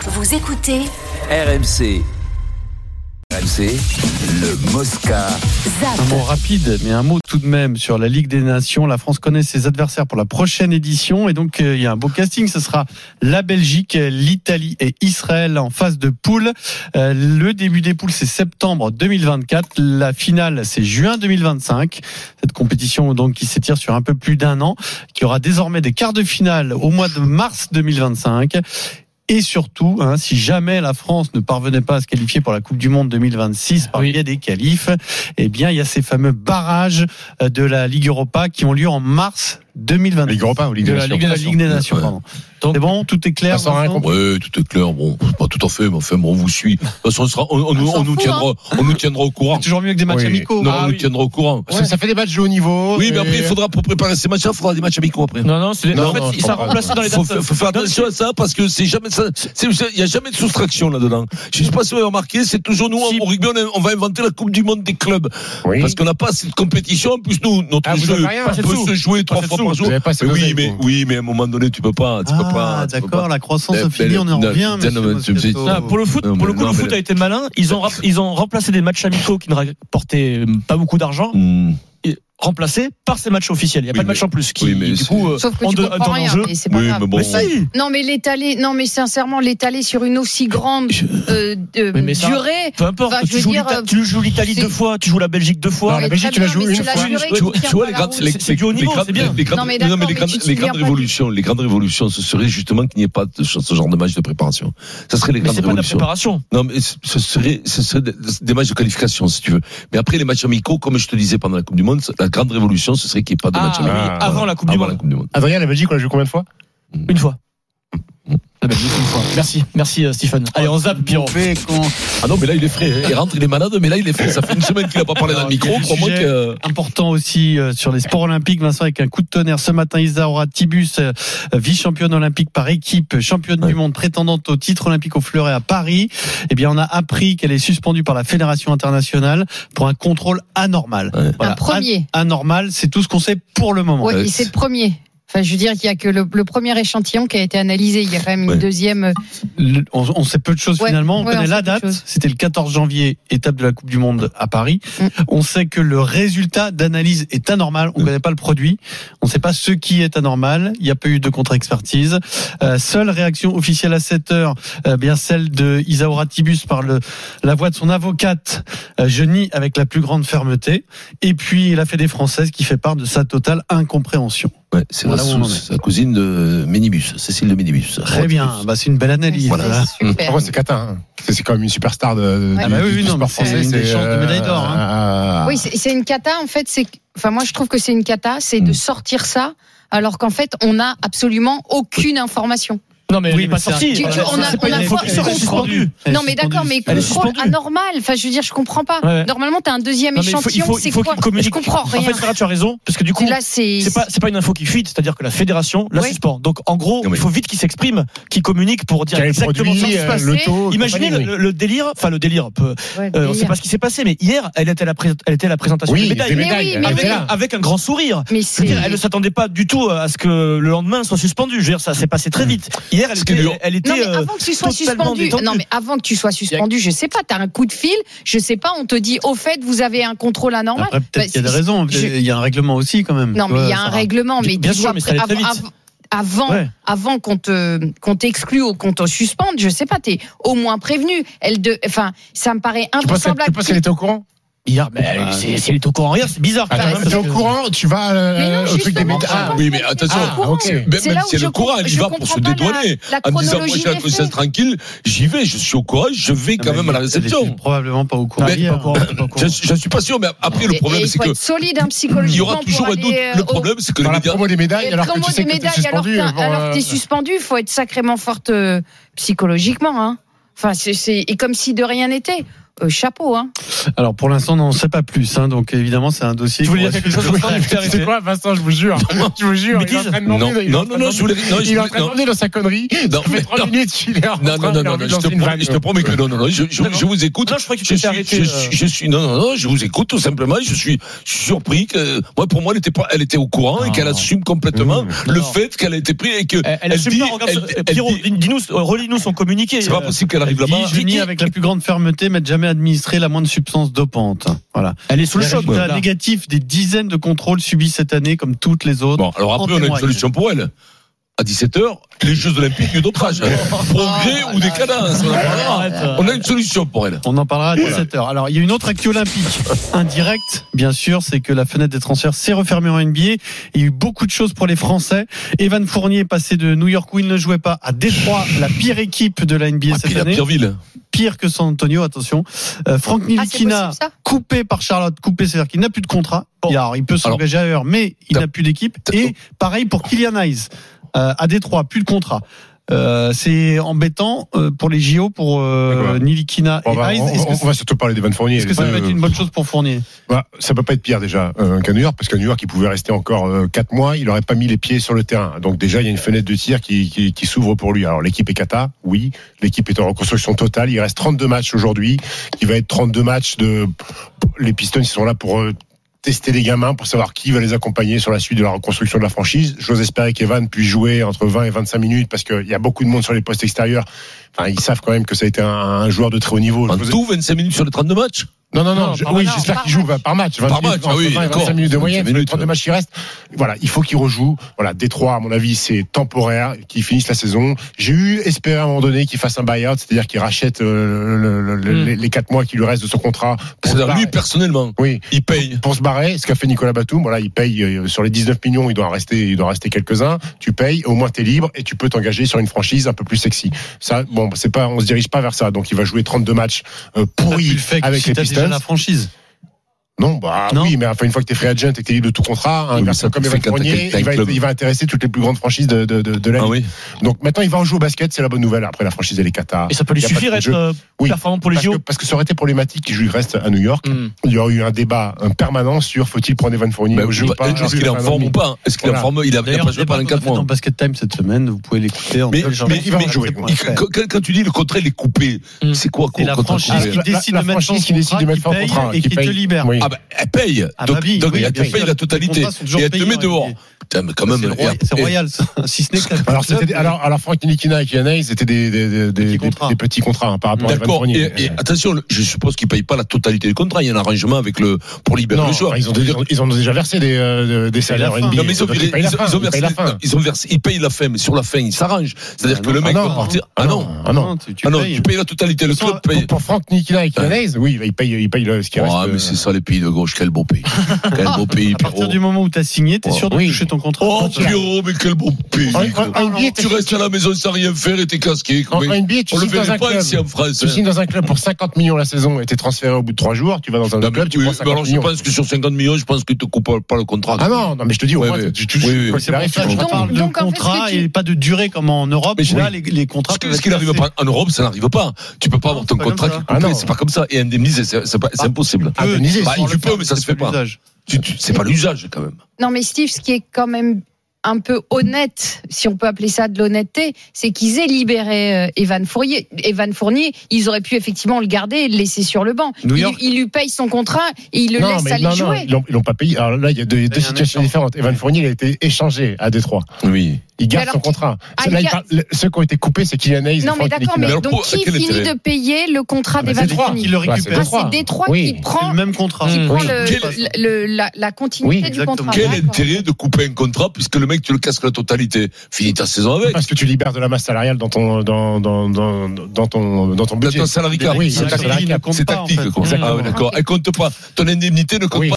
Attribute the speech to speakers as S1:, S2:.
S1: Vous écoutez
S2: RMC. RMC, le Mosca.
S1: ZAP.
S3: Un mot rapide, mais un mot tout de même sur la Ligue des Nations. La France connaît ses adversaires pour la prochaine édition. Et donc, euh, il y a un beau casting. Ce sera la Belgique, l'Italie et Israël en phase de poule. Euh, le début des poules, c'est septembre 2024. La finale, c'est juin 2025. Cette compétition, donc, qui s'étire sur un peu plus d'un an, qui aura désormais des quarts de finale au mois de mars 2025. Et surtout, hein, si jamais la France ne parvenait pas à se qualifier pour la Coupe du Monde 2026 par biais des qualifs, eh bien, il y a ces fameux barrages euh, de la Ligue Europa qui ont lieu en mars 2026.
S4: Ligue Europa ou Ligue
S3: de
S4: des
S3: la
S4: Nations
S3: Ligue, de la Ligue des Nations,
S5: Ouais.
S3: pardon.
S6: Donc-
S3: C'est bon, tout est clair.
S4: Ça sent rien
S3: Vincent
S5: Ah Ouais, tout est clair. Bon, pas tout à fait, mais enfin, bon, on vous suit. De toute façon, on, sera- on- on nous-
S1: s'en
S5: on nous
S1: fout,
S5: tiendra, on nous tiendra au courant.
S3: C'est toujours mieux que des matchs
S4: Oui.
S3: amicaux.
S5: Non,
S6: Ah
S5: on nous
S6: oui.
S5: tiendra au courant.
S4: Parce que ça fait des matchs de haut niveau.
S5: Oui, mais
S4: et-
S5: après, il faudra, pour préparer ces matchs-là, il faudra des matchs amicaux après.
S6: Non, non, c'est
S4: Non,
S6: en
S4: non,
S6: fait,
S4: je
S6: ça
S4: comprends.
S6: remplace dans les dates.
S5: Faut, fa- faut faire attention à ça parce que c'est jamais ça. c'est- Il n'y a jamais de soustraction là-dedans. Je sais pas si vous avez remarqué, c'est toujours nous,
S6: Si.
S5: au rugby, on, on va inventer la Coupe du Monde des clubs.
S4: Oui.
S5: Parce qu'on n'a pas assez de compétition. En plus, nous, notre
S4: Ah, vous
S5: jeu
S4: avez rien. Pas assez
S6: de
S5: peut
S6: sous.
S5: se jouer trois
S6: assez de
S5: fois
S6: sous.
S5: par
S4: Vous
S5: jour.
S4: avez pas assez
S5: Mais oui,
S4: d'oseille,
S5: mais,
S4: vous.
S5: oui, mais à un moment donné, tu peux pas. Tu peux
S3: Ah,
S5: pas, tu peux
S3: d'accord,
S5: pas.
S3: la croissance
S5: Eh,
S3: au fini,
S5: ben,
S3: on en
S5: non,
S3: revient.
S5: non, non,
S3: monsieur
S5: non, c'est-
S3: Moscato.
S6: Ah, pour le foot,
S5: Non,
S6: pour le
S5: mais
S6: coup,
S5: non,
S6: le
S5: mais
S6: foot
S5: le-
S6: a été malin. Ils ont, rap- ils ont remplacé des matchs amicaux qui ne rapportaient euh, pas beaucoup d'argent,
S5: Hmm.
S6: et remplacés par ces matchs officiels. Il n'y a
S5: Oui,
S6: pas de
S5: mais-
S6: match en plus. Qui,
S5: oui, mais
S6: du
S5: c'est-
S6: coup, euh,
S7: Sauf que
S6: en
S7: tu
S6: deux-
S7: comprends
S6: dans
S7: rien,
S6: l'enjeu-
S7: mais c'est pas
S5: Oui,
S7: grave.
S5: mais bon.
S6: Mais si.
S7: Non, mais l'étaler, non, mais sincèrement, l'étaler sur une aussi grande
S5: Je-
S7: euh, de-
S6: Mais- mais ça-
S7: durée.
S6: peu importe,
S7: Bah, je
S6: tu,
S7: veux
S6: joues
S7: dire,
S6: l'Ita-
S7: euh,
S6: tu joues l'Italie
S7: c'est-
S6: deux fois, tu joues la Belgique deux fois.
S4: Non, la
S7: Mais
S4: Belgique,
S7: très
S4: tu la
S7: bien,
S4: joues
S7: mais
S4: une
S7: c'est la
S4: fois.
S7: durée
S5: tu
S7: qui
S5: vois,
S7: tient
S5: tu vois
S7: pas
S5: les
S7: la
S5: grandes,
S7: route.
S5: les,
S6: C'est- c'est du haut
S5: les
S6: niveau,
S5: grandes-
S6: c'est bien.
S5: les grandes-
S7: Non, mais
S5: non, mais
S7: d'accord,
S5: les
S7: mais
S5: grandes,
S7: tu te
S5: les
S7: souviens
S5: grandes
S7: pas du-
S5: révolutions, les grandes révolutions, ce serait justement qu'il n'y ait pas de, ce, ce genre de match de préparation. Ça serait les
S6: Mais
S5: grandes
S6: c'est pas de la
S5: révolutions.
S6: préparation.
S5: Non, mais ce ce serait, ce serait des, des matchs de qualification, si tu veux. Mais après les matchs amicaux, comme je te disais pendant la Coupe du Monde, la grande révolution, ce serait qu'il n'y ait pas de
S6: Ah,
S5: matchs amicaux. Ah,
S6: oui, avant la Coupe du
S5: Avant la
S6: Monde.
S5: Coupe du Monde.
S4: Adrien, la Belgique, on l'a joué combien de fois
S6: Une fois. La Belgique, une fois. Merci, merci euh, Stephen. Allez, on zappe, Pierrot.
S3: Fait qu'on-
S5: Ah non, mais là, il est frais. hein. Il rentre, il est malade, mais là, il est frais. Ça fait une semaine qu'il n'a pas parlé dans le
S3: Alors, il y a
S5: micro.
S3: des
S5: Crois-moi
S3: sujets.
S5: que.
S3: Important aussi euh, sur les sports olympiques, Vincent, avec un coup de tonnerre ce matin, Isaura Tibus, euh, vice-championne olympique par équipe, championne
S5: Ouais.
S3: du monde prétendante au titre olympique au fleuret à Paris. Eh bien, on a appris qu'elle est suspendue par la Fédération internationale pour un contrôle anormal.
S5: Ouais.
S3: Voilà,
S7: Un premier.
S3: an- Anormal, c'est tout ce qu'on sait pour le moment.
S7: Oui,
S5: Ah, Ouais, c'est-
S7: c'est le premier. Enfin, je veux dire qu'il y a que le, le premier échantillon qui a été analysé. Il y a quand même
S5: Ouais.
S7: une deuxième. euh,
S3: Le- On, on sait peu de choses
S7: Ouais,
S3: finalement. On
S7: ouais,
S3: connaît
S7: on sait
S3: la
S7: peu de
S3: date.
S7: choses.
S3: C'était le 14 janvier, étape de la Coupe du Monde à Paris.
S7: Mm.
S3: On sait que le résultat d'analyse est anormal. On
S5: Mm.
S3: connaît pas le produit. On sait pas ce qui est anormal. Il n'y a pas eu de contre-expertise. Euh, seule réaction officielle à 7 heures, euh, bien celle de Isaura Tibus par le, la voix de son avocate. Euh, je nie avec la plus grande fermeté. Et puis il a fait des Françaises qui fait part de sa totale incompréhension.
S5: Ouais, c'est
S3: Voilà
S5: la,
S3: où on en
S5: sou- la cousine de Minibus, Cécile de Minibus.
S3: Très bien. Bah, c'est une belle analyse. Voilà.
S7: C'est super.
S4: Après, c'est Catin. hein. C'est c'est quand même une superstar de, de-
S7: Ah
S4: du-
S3: bah oui,
S4: du
S3: oui, non, mais
S4: sport
S3: c'est
S4: français.
S3: une des chances de médaille d'or, hein.
S5: Ah.
S4: euh,
S7: Oui, c'est c'est une cata. En fait, c'est. Enfin, moi, je trouve que c'est une cata, c'est de
S5: Mm.
S7: sortir ça alors qu'en fait, on n'a absolument aucune information.
S6: Non,
S3: Oui,
S6: mais elle n'est pas
S3: mais c'est un-
S6: sortie.
S7: Tu- tu- on a-
S6: C'est pas
S7: on a
S6: une-
S7: fort-
S6: elle est
S7: fort-
S6: suspendue.
S3: Elle est
S7: non, mais
S3: suspendue
S7: d'accord, mais
S6: Elle est
S7: contrôle
S6: suspendue.
S7: anormal. Enfin, je veux dire, je comprends pas.
S6: Ouais, ouais.
S7: Normalement, tu as un deuxième
S6: Non, mais il faut- il
S7: échantillon.
S6: faut,
S7: C'est
S6: il faut
S7: quoi
S6: qu'il communique.
S7: Je comprends rien.
S6: En fait, Sarah, tu as raison, parce que du coup,
S7: Là, c'est.
S6: c'est pas, c'est pas une info qui fuite, c'est-à-dire que la fédération la
S7: Oui.
S6: suspend. Donc, en gros,
S5: Non, mais-
S6: il faut vite qu'il s'exprime, qu'il communique pour dire
S4: Quel
S6: exactement ce qui
S4: produit,
S6: se
S4: euh,
S6: passe.
S4: le taux. et
S6: Imaginez
S4: compagnie,
S6: le, le délire, enfin le délire, peu-
S7: Ouais,
S6: euh, on
S7: délire.
S6: sait pas ce qui s'est passé, mais hier, elle était à la, pré- elle était à la présentation
S4: Oui,
S6: des
S4: des
S6: médailles.
S7: Mais
S4: médailles. Ah,
S7: oui,
S4: elle
S7: mais
S4: était
S6: Avec,
S7: oui.
S4: là.
S6: avec un grand sourire. Je
S7: Mais
S6: veux
S7: c'est.
S6: dire, elle ne s'attendait pas du tout à ce que le lendemain elle soit suspendu. Je veux dire, ça s'est passé très vite. Hier, elle
S5: Ce qui
S6: était,
S5: est dur.
S6: elle était,
S7: Non mais
S6: euh,
S7: avant que tu sois
S6: totalement
S7: suspendu,
S6: détendue.
S7: non mais avant que tu sois suspendu, je sais pas, t'as un coup de fil, je sais pas, on te dit au fait vous avez un contrôle anormal.
S3: Après, peut-être
S7: Bah,
S3: qu'il y a des
S7: si-
S3: raisons.
S7: je-
S3: Il y a un règlement aussi, quand même.
S7: Non
S3: Tu
S7: mais il y
S3: vois,
S7: a un
S3: Sarah.
S7: règlement, mais
S6: Bien
S7: tu
S6: sûr,
S7: vois,
S6: mais ça allait
S7: après-
S6: très
S7: av-
S6: vite.
S7: av- Avant,
S6: Ouais.
S7: avant qu'on te qu'on t'exclue ou qu'on te suspende, je sais pas, t'es au moins prévenu. Elle de, enfin, ça me paraît
S4: Tu penses qu'elle-
S7: impensable.
S4: tu penses qu'elle était au courant
S6: hier, mais elle-
S3: Ah.
S6: c'est- c'est- elle est au courant hier, c'est bizarre. quand
S4: Attends,
S6: même,
S4: tu es
S6: parce
S4: au
S6: que-
S4: courant, tu vas
S7: Mais non,
S4: euh, au truc
S7: justement,
S4: des
S7: je
S4: médailles.
S7: pense
S5: oui, mais
S7: qu'elle était
S5: attention.
S7: au
S4: Ah,
S7: courant.
S4: ok.
S7: C'est
S5: Même,
S7: là
S5: même
S7: où
S5: si elle
S7: je
S5: est au courant, elle y
S7: je
S5: va hein, pour
S7: comprends
S5: se
S7: pas la-
S5: dédouaner.
S7: La
S5: En disant, moi,
S7: chronologie
S5: j'ai la
S7: des
S5: conscience
S7: faits.
S5: tranquille, j'y vais, je suis au courage, je vais quand
S3: Ah,
S5: même
S3: mais
S5: à la
S3: elle était
S5: réception.
S3: Probablement pas au courant.
S6: elle est pas au courant, elle est pas au courant.
S5: J'en suis j'en suis pas sûr, mais après, le
S7: Et- et
S5: problème,
S7: il
S5: c'est
S7: faut
S5: que
S7: être solide hein,
S5: il
S7: psychologiquement.
S5: y aura
S7: pour
S5: toujours un
S7: aller,
S5: doute.
S7: euh,
S5: Le
S7: au-
S5: problème, c'est que les
S4: Dans la
S5: médias.
S4: promo des médailles,
S7: Et
S4: alors que
S7: comment
S4: tu sais
S7: des
S4: que t'es
S7: médailles alors
S4: suspendu.
S7: t'as-
S4: bon,
S7: alors que t'es
S4: euh,
S7: suspendu, il faut être sacrément forte euh, psychologiquement. Hein. Enfin, c'est- c'est et comme si de rien n'était. euh, chapeau. Hein.
S3: Alors pour l'instant, on n'en sait pas plus. hein. donc évidemment, c'est un dossier.
S6: Tu voulais
S3: qu'on
S6: dire quelque
S3: va
S6: chose,
S3: suivre.
S6: Vincent, depuis
S4: C'est
S6: arrivé
S4: quoi, Vincent, je vous jure Je vous jure, il est en
S6: Bêtise
S4: train de
S5: Non,
S4: m'emmener- il est
S5: non,
S4: en train
S5: non, non,
S4: de
S5: je voulais. Non,
S4: Il est en train
S5: je- non.
S4: d'emmener dans sa connerie.
S5: Non,
S4: Ça
S5: mais
S4: fait 3
S5: non.
S4: minutes qu'il est
S5: Non,
S4: en
S5: non,
S4: train
S5: non,
S4: de
S5: non, non,
S4: l'emmener
S5: je
S4: dans
S5: te
S4: une
S5: promets,
S4: vanne.
S5: je te promets que non, non, non, je, je- je vous écoute.
S6: Non, je crois que tu t'étais
S5: Je suis,
S6: arrêté.
S5: je,
S6: euh,
S5: suis- je suis- non, non, non, je vous écoute tout simplement. Je suis, je suis surpris que, moi, pour moi, elle était pas, elle était au courant et
S6: Non.
S5: qu'elle assume complètement
S4: Mmh.
S5: le
S6: Non.
S5: fait qu'elle a été prise et que
S6: Elle, elle assume
S5: dit-
S6: pas, regarde,
S5: elle-
S6: ce-
S5: elle
S6: Pierrot,
S5: dit-
S6: dis-nous, euh, relis-nous son communiqué. euh.
S5: c'est pas possible qu'elle arrive
S3: Elle
S5: là-bas.
S3: dit, je nie avec la plus grande fermeté, mais jamais administré la moindre substance dopante. Voilà.
S6: Elle est sous le
S3: Les
S6: choc.
S3: résultats
S6: là.
S3: négatifs des dizaines de contrôles subis cette année, comme toutes les autres.
S5: Bon, alors après,
S3: En
S5: on a une
S3: témoigne.
S5: solution pour elle. À 17h, les Jeux Olympiques du d'autrage.
S3: Ah,
S5: Progrès ou décadence. on en parlera.
S6: Arrête, euh,
S5: On a une solution pour elle.
S3: On en parlera à 17h. Alors, il y a une autre actu olympique indirecte, bien sûr, c'est que la fenêtre des transferts s'est refermée en NBA. Il y a eu beaucoup de choses pour les Français. Evan Fournier est passé de New York où il ne jouait pas à Détroit, la pire équipe de la NBA
S5: Ah, puis
S3: cette
S5: la
S3: année.
S5: pire ville.
S3: Pire que San Antonio, attention. Euh, Franck
S7: Ah, c'est possible
S3: Nilikina,
S7: ça
S3: coupé par Charlotte, coupé, c'est-à-dire qu'il n'a plus de contrat. Il, alors, il peut s'engager ailleurs, mais il
S5: t'as-
S3: n'a plus d'équipe.
S5: t'as-
S3: Et pareil pour Kylian Hayes, euh, à Détroit, plus de contrat. Euh, c'est embêtant euh, pour les JO, pour euh,
S4: D'accord.
S3: Nilikina
S4: On
S3: et
S4: va-
S5: bah,
S3: Hayes.
S4: bah, on-
S3: Est-ce que
S4: on- on va surtout parler des vannes Fournier.
S3: est-ce que ça
S4: Euh,
S3: peut être une bonne chose pour Fournier
S4: Bah, ça peut pas être pire déjà euh, qu'à New York, parce qu'à New York, il pouvait rester encore euh, quatre mois, il n'aurait pas mis les pieds sur le terrain. Donc déjà, il y a une fenêtre de tir qui, qui, qui s'ouvre pour lui. Alors l'équipe est cata, oui, l'équipe est en reconstruction totale, il reste 32 matchs aujourd'hui, qui va être 32 matchs de... Les Pistons, ils sont là pour... euh, tester les gamins pour savoir qui va les accompagner sur la suite de la reconstruction de la franchise. J'ose espérer qu'Evan puisse jouer entre 20 et 25 minutes parce qu'il y a beaucoup de monde sur les postes extérieurs. Enfin, ils savent quand même que ça a été un, un joueur de très haut niveau.
S5: En
S4: J'ose-
S5: tout, 25 minutes sur les 32 matchs.
S4: non, non, non.
S6: Non,
S4: je-
S6: par
S4: oui,
S6: match,
S4: j'espère
S7: par
S4: qu'il joue
S7: match.
S4: par match.
S5: Par
S4: 20
S5: match,
S4: minutes,
S5: ah oui,
S4: entre 20 et
S5: d'accord.
S4: 25 minutes de
S5: 25
S4: moyenne, sur les
S5: minutes,
S4: 32
S5: ouais.
S4: matchs qui restent. Voilà, il faut qu'il rejoue. Voilà, Détroit, à mon avis, c'est temporaire, qu'il finisse la saison. J'ai eu espéré à un moment donné qu'il fasse un buyout, c'est-à-dire qu'il rachète euh, le- le- le-
S6: Mm.
S4: les, les quatre mois qui lui restent de son contrat. pour se
S5: C'est-à-dire,
S4: barrer.
S5: lui, personnellement,
S4: oui,
S5: il paye.
S4: pour se barrer, ce qu'a fait Nicolas Batum, voilà, il paye euh, sur les 19 millions, il doit en rester, il doit en rester quelques-uns. Tu payes, au moins t'es libre et tu peux t'engager sur une franchise un peu plus sexy. Ça, bon, c'est pas, on se dirige pas vers ça. Donc il va jouer 32 matchs euh,
S3: Tu
S4: pourris
S3: le fais que
S4: avec
S3: si
S4: les
S3: t'as déjà
S4: Pistons.
S3: la franchise.
S4: Non, bah
S3: Non.
S4: oui, mais enfin, une fois que t'es free agent et que t'es libre de tout contrat, un
S5: Oui, mais
S4: garçon
S5: ça
S4: comme
S5: fait
S4: Evan
S5: quand t'as
S4: Fournier,
S5: quelqu'un
S4: il va,
S5: club.
S4: être- il va intéresser toutes les plus grandes franchises de, de, de, de la
S5: Ah
S3: Ben
S4: ligue.
S5: oui.
S4: Donc maintenant, il va en jouer au basket, c'est la bonne nouvelle. Après, la franchise, elle est cata.
S6: Et ça peut lui
S4: Il y a pas
S6: suffire
S4: trop de
S6: être
S4: jeu.
S6: euh,
S4: Oui.
S6: performant pour les
S4: Parce que,
S6: JO.
S4: parce que ça aurait été problématique qu'il joue- reste à New York.
S6: Hmm.
S4: Il y aurait eu un débat un permanent sur faut-il prendre Evan Fournier
S5: Mais
S4: au jeu
S5: bah,
S4: ou pas.
S5: Est-ce qu'il est en
S4: Enfin,
S5: forme
S4: non,
S5: ou pas Est-ce qu'il est en
S4: Voilà.
S5: forme Il a il a
S3: D'ailleurs,
S5: pas joué pendant 4
S3: mois.
S5: mois.
S3: dans Basket Time cette semaine, vous pouvez l'écouter. on
S5: Mais-
S3: peut le
S5: mais-
S3: changer.
S4: mais-
S3: Sur
S4: jouer.
S5: Il-
S3: basket.fr.
S5: quand- Quand quand tu dis le contrat, il est coupé.
S6: Mm.
S5: C'est quoi
S3: C'est la
S5: contrat coupé
S3: franchise qui
S4: Ah, La- la-
S3: décide de
S4: la
S3: mettre son
S4: franchise qui décide de
S3: contrat,
S4: mettre son
S3: qui
S4: contrat,
S3: paye et
S4: qui
S3: qui te
S4: paye.
S3: libère.
S4: Oui.
S5: Ah bah, elle paye.
S3: Ah
S5: donc
S3: bah oui,
S5: donc
S3: oui,
S5: elle te
S3: bien
S5: paye
S3: sûr.
S5: la
S3: Les
S5: totalité.
S3: contrats sont toujours
S5: Et elle te
S3: payés
S5: met
S3: en
S5: dehors.
S3: NBA.
S5: Putain, mais quand même.
S3: C'est
S5: et
S3: roy-
S5: après-
S3: C'est royal, ça. si ce n'est que la
S4: Alors,
S3: club,
S4: c'était, des- alors, alors Franck Nilikina et Kylian Hayes étaient des, des, des, des- des- des petits
S3: contrats.
S4: contrats, hein, par rapport à Evan
S5: D'accord.
S4: Fournier.
S5: Et, et attention, le- je suppose qu'ils payent pas la totalité du contrat. Il y a un arrangement avec le pour libérer
S4: Non,
S5: le joueur.
S4: enfin, ils, ont, ils, ont, ils ont déjà versé des, euh, des salaires
S3: la fin.
S4: NBA.
S5: Non, mais ils ont,
S4: Donc,
S5: ils-
S4: payent la
S5: ils ont-
S4: fin,
S5: ils ont
S4: ils
S5: versé,
S4: payent la fin.
S5: non, ils ont versé- ils payent la fin, mais sur la fin, ils s'arrangent. C'est-à-dire
S3: Ah
S5: que
S3: non,
S5: le mec
S4: ah
S5: va
S4: non,
S5: partir.
S4: ah
S5: Ah
S4: non,
S5: non,
S4: ah non.
S3: tu- tu
S5: ah non,
S3: payes.
S5: tu payes la totalité. Le
S3: Ils sont-
S5: club
S4: Pour,
S5: paye.
S4: pour Franck Nikina et Kylian Hayes, oui, il paye, il paye le, ce qui euh, reste.
S5: Ah, mais c'est ça les pays de gauche. Quel beau pays. Quel beau pays,
S3: À partir
S5: Pierrot.
S3: du moment où t'as signé, t'es sûr de
S4: Oui.
S3: toucher ton contrat.
S5: Oh,
S3: Quand, euh,
S5: Pierrot, mais quel beau pays.
S4: En,
S5: quoi.
S4: en- en NBA,
S5: Tu restes à la maison sans rien faire et t'es casqué.
S4: en- en
S5: mais
S4: NBA, tu
S5: On le
S4: signes dans
S5: verrait
S4: un
S5: pas
S4: club.
S5: ici en France.
S4: Tu signes dans un club pour 50 millions la saison et t'es transféré au bout de 3 jours, tu vas dans
S5: Non,
S4: un autre
S5: mais
S4: club, tu
S5: oui,
S4: prends
S5: mais
S4: 50
S5: alors je
S4: millions.
S5: pense que sur 50 millions, je pense qu'ils te coupent pas le contrat.
S4: Ah non, non, mais je te dis, au
S5: Ouais,
S4: moins,
S5: ouais.
S4: tu, tu, tu-
S5: Oui, oui.
S4: quoi
S3: C'est
S4: qu'il
S3: pour
S4: arrive,
S3: ça
S4: tu
S3: que je
S4: prends-
S7: Donc-
S3: parle de
S7: donc, en fait, ce que
S3: contrat
S7: tu-
S3: et pas de durée comme en Europe.
S5: Mais
S3: où Là,
S5: oui.
S3: les, les contrats.
S5: Parce que
S3: peuvent
S5: ce qu'il
S3: être
S5: arrive
S3: cassés.
S5: pas en Europe, ça n'arrive pas. Tu peux pas
S3: Non,
S5: avoir ton
S3: c'est pas
S5: contrat
S3: comme ça.
S5: qui est
S4: Ah
S5: complet,
S4: non.
S5: c'est pas comme ça. Et indemniser, c'est c'est pas- c'est
S3: Ah,
S5: impossible.
S3: Peu,
S4: indemnisé,
S5: bah,
S3: sur
S5: tu
S3: le
S5: peux,
S3: terme,
S5: mais ça
S3: c'est
S5: se fait pas.
S3: l'usage.
S5: Tu- tu- C'est pas l'usage quand même.
S7: Non, mais Steve, ce qui est quand même un peu honnête, si on peut appeler ça de l'honnêteté, c'est qu'ils aient libéré euh, Evan Fournier. Evan Fournier, ils auraient pu effectivement le garder et le laisser sur le banc.
S3: New
S7: Il,
S3: York.
S7: il lui paye son contrat et il le
S4: non,
S7: laisse
S4: mais
S7: aller
S4: non, non,
S7: jouer.
S4: ils l'ont- ils l'ont pas payé. Alors là, il y a deux, deux
S3: un
S4: situations
S3: échange.
S4: différentes. Evan Fournier, il a été échangé à Détroit.
S5: Oui.
S4: Il garde
S7: alors,
S4: son contrat.
S7: ah, il
S4: Là, il
S7: garde-
S4: parle- ceux qui ont été coupés, c'est Kylian Hayes. et
S7: non, mais
S4: Franck
S7: d'accord,
S4: Ntilikina.
S7: mais
S5: Alors,
S7: donc
S5: pour-
S7: qui
S5: quel
S7: finit
S5: intérêt
S7: de payer le contrat
S4: bah,
S7: d'Evan
S4: c'est Détroit.
S7: Fournier
S3: Qui le
S4: Ouais, c'est
S3: récupère.
S7: Ah,
S4: Détroit.
S7: c'est Détroit
S4: Oui.
S7: qui
S3: C'est
S7: prend,
S3: le même contrat.
S7: qui
S6: Mmh.
S7: prend
S6: Oui.
S7: le-
S3: Quel-
S7: le- la, la continuité
S4: Oui,
S7: du
S3: Ah,
S7: contrat.
S5: Quel
S7: D'accord.
S5: intérêt de couper un contrat puisque le mec, tu le casques la totalité Finis ta saison avec.
S4: Parce que tu libères de la masse salariale dans ton, dans, dans, dans, dans ton, dans ton
S5: Là,
S4: budget.
S5: ton salarié
S4: Oui,
S5: c'est
S4: c'est
S5: tactique. Ah,
S4: tactique,
S5: C'est tactique, quoi. Ah, ouais, d'accord. Elle compte pas. Ton indemnité ne compte
S4: Oui.
S5: pas.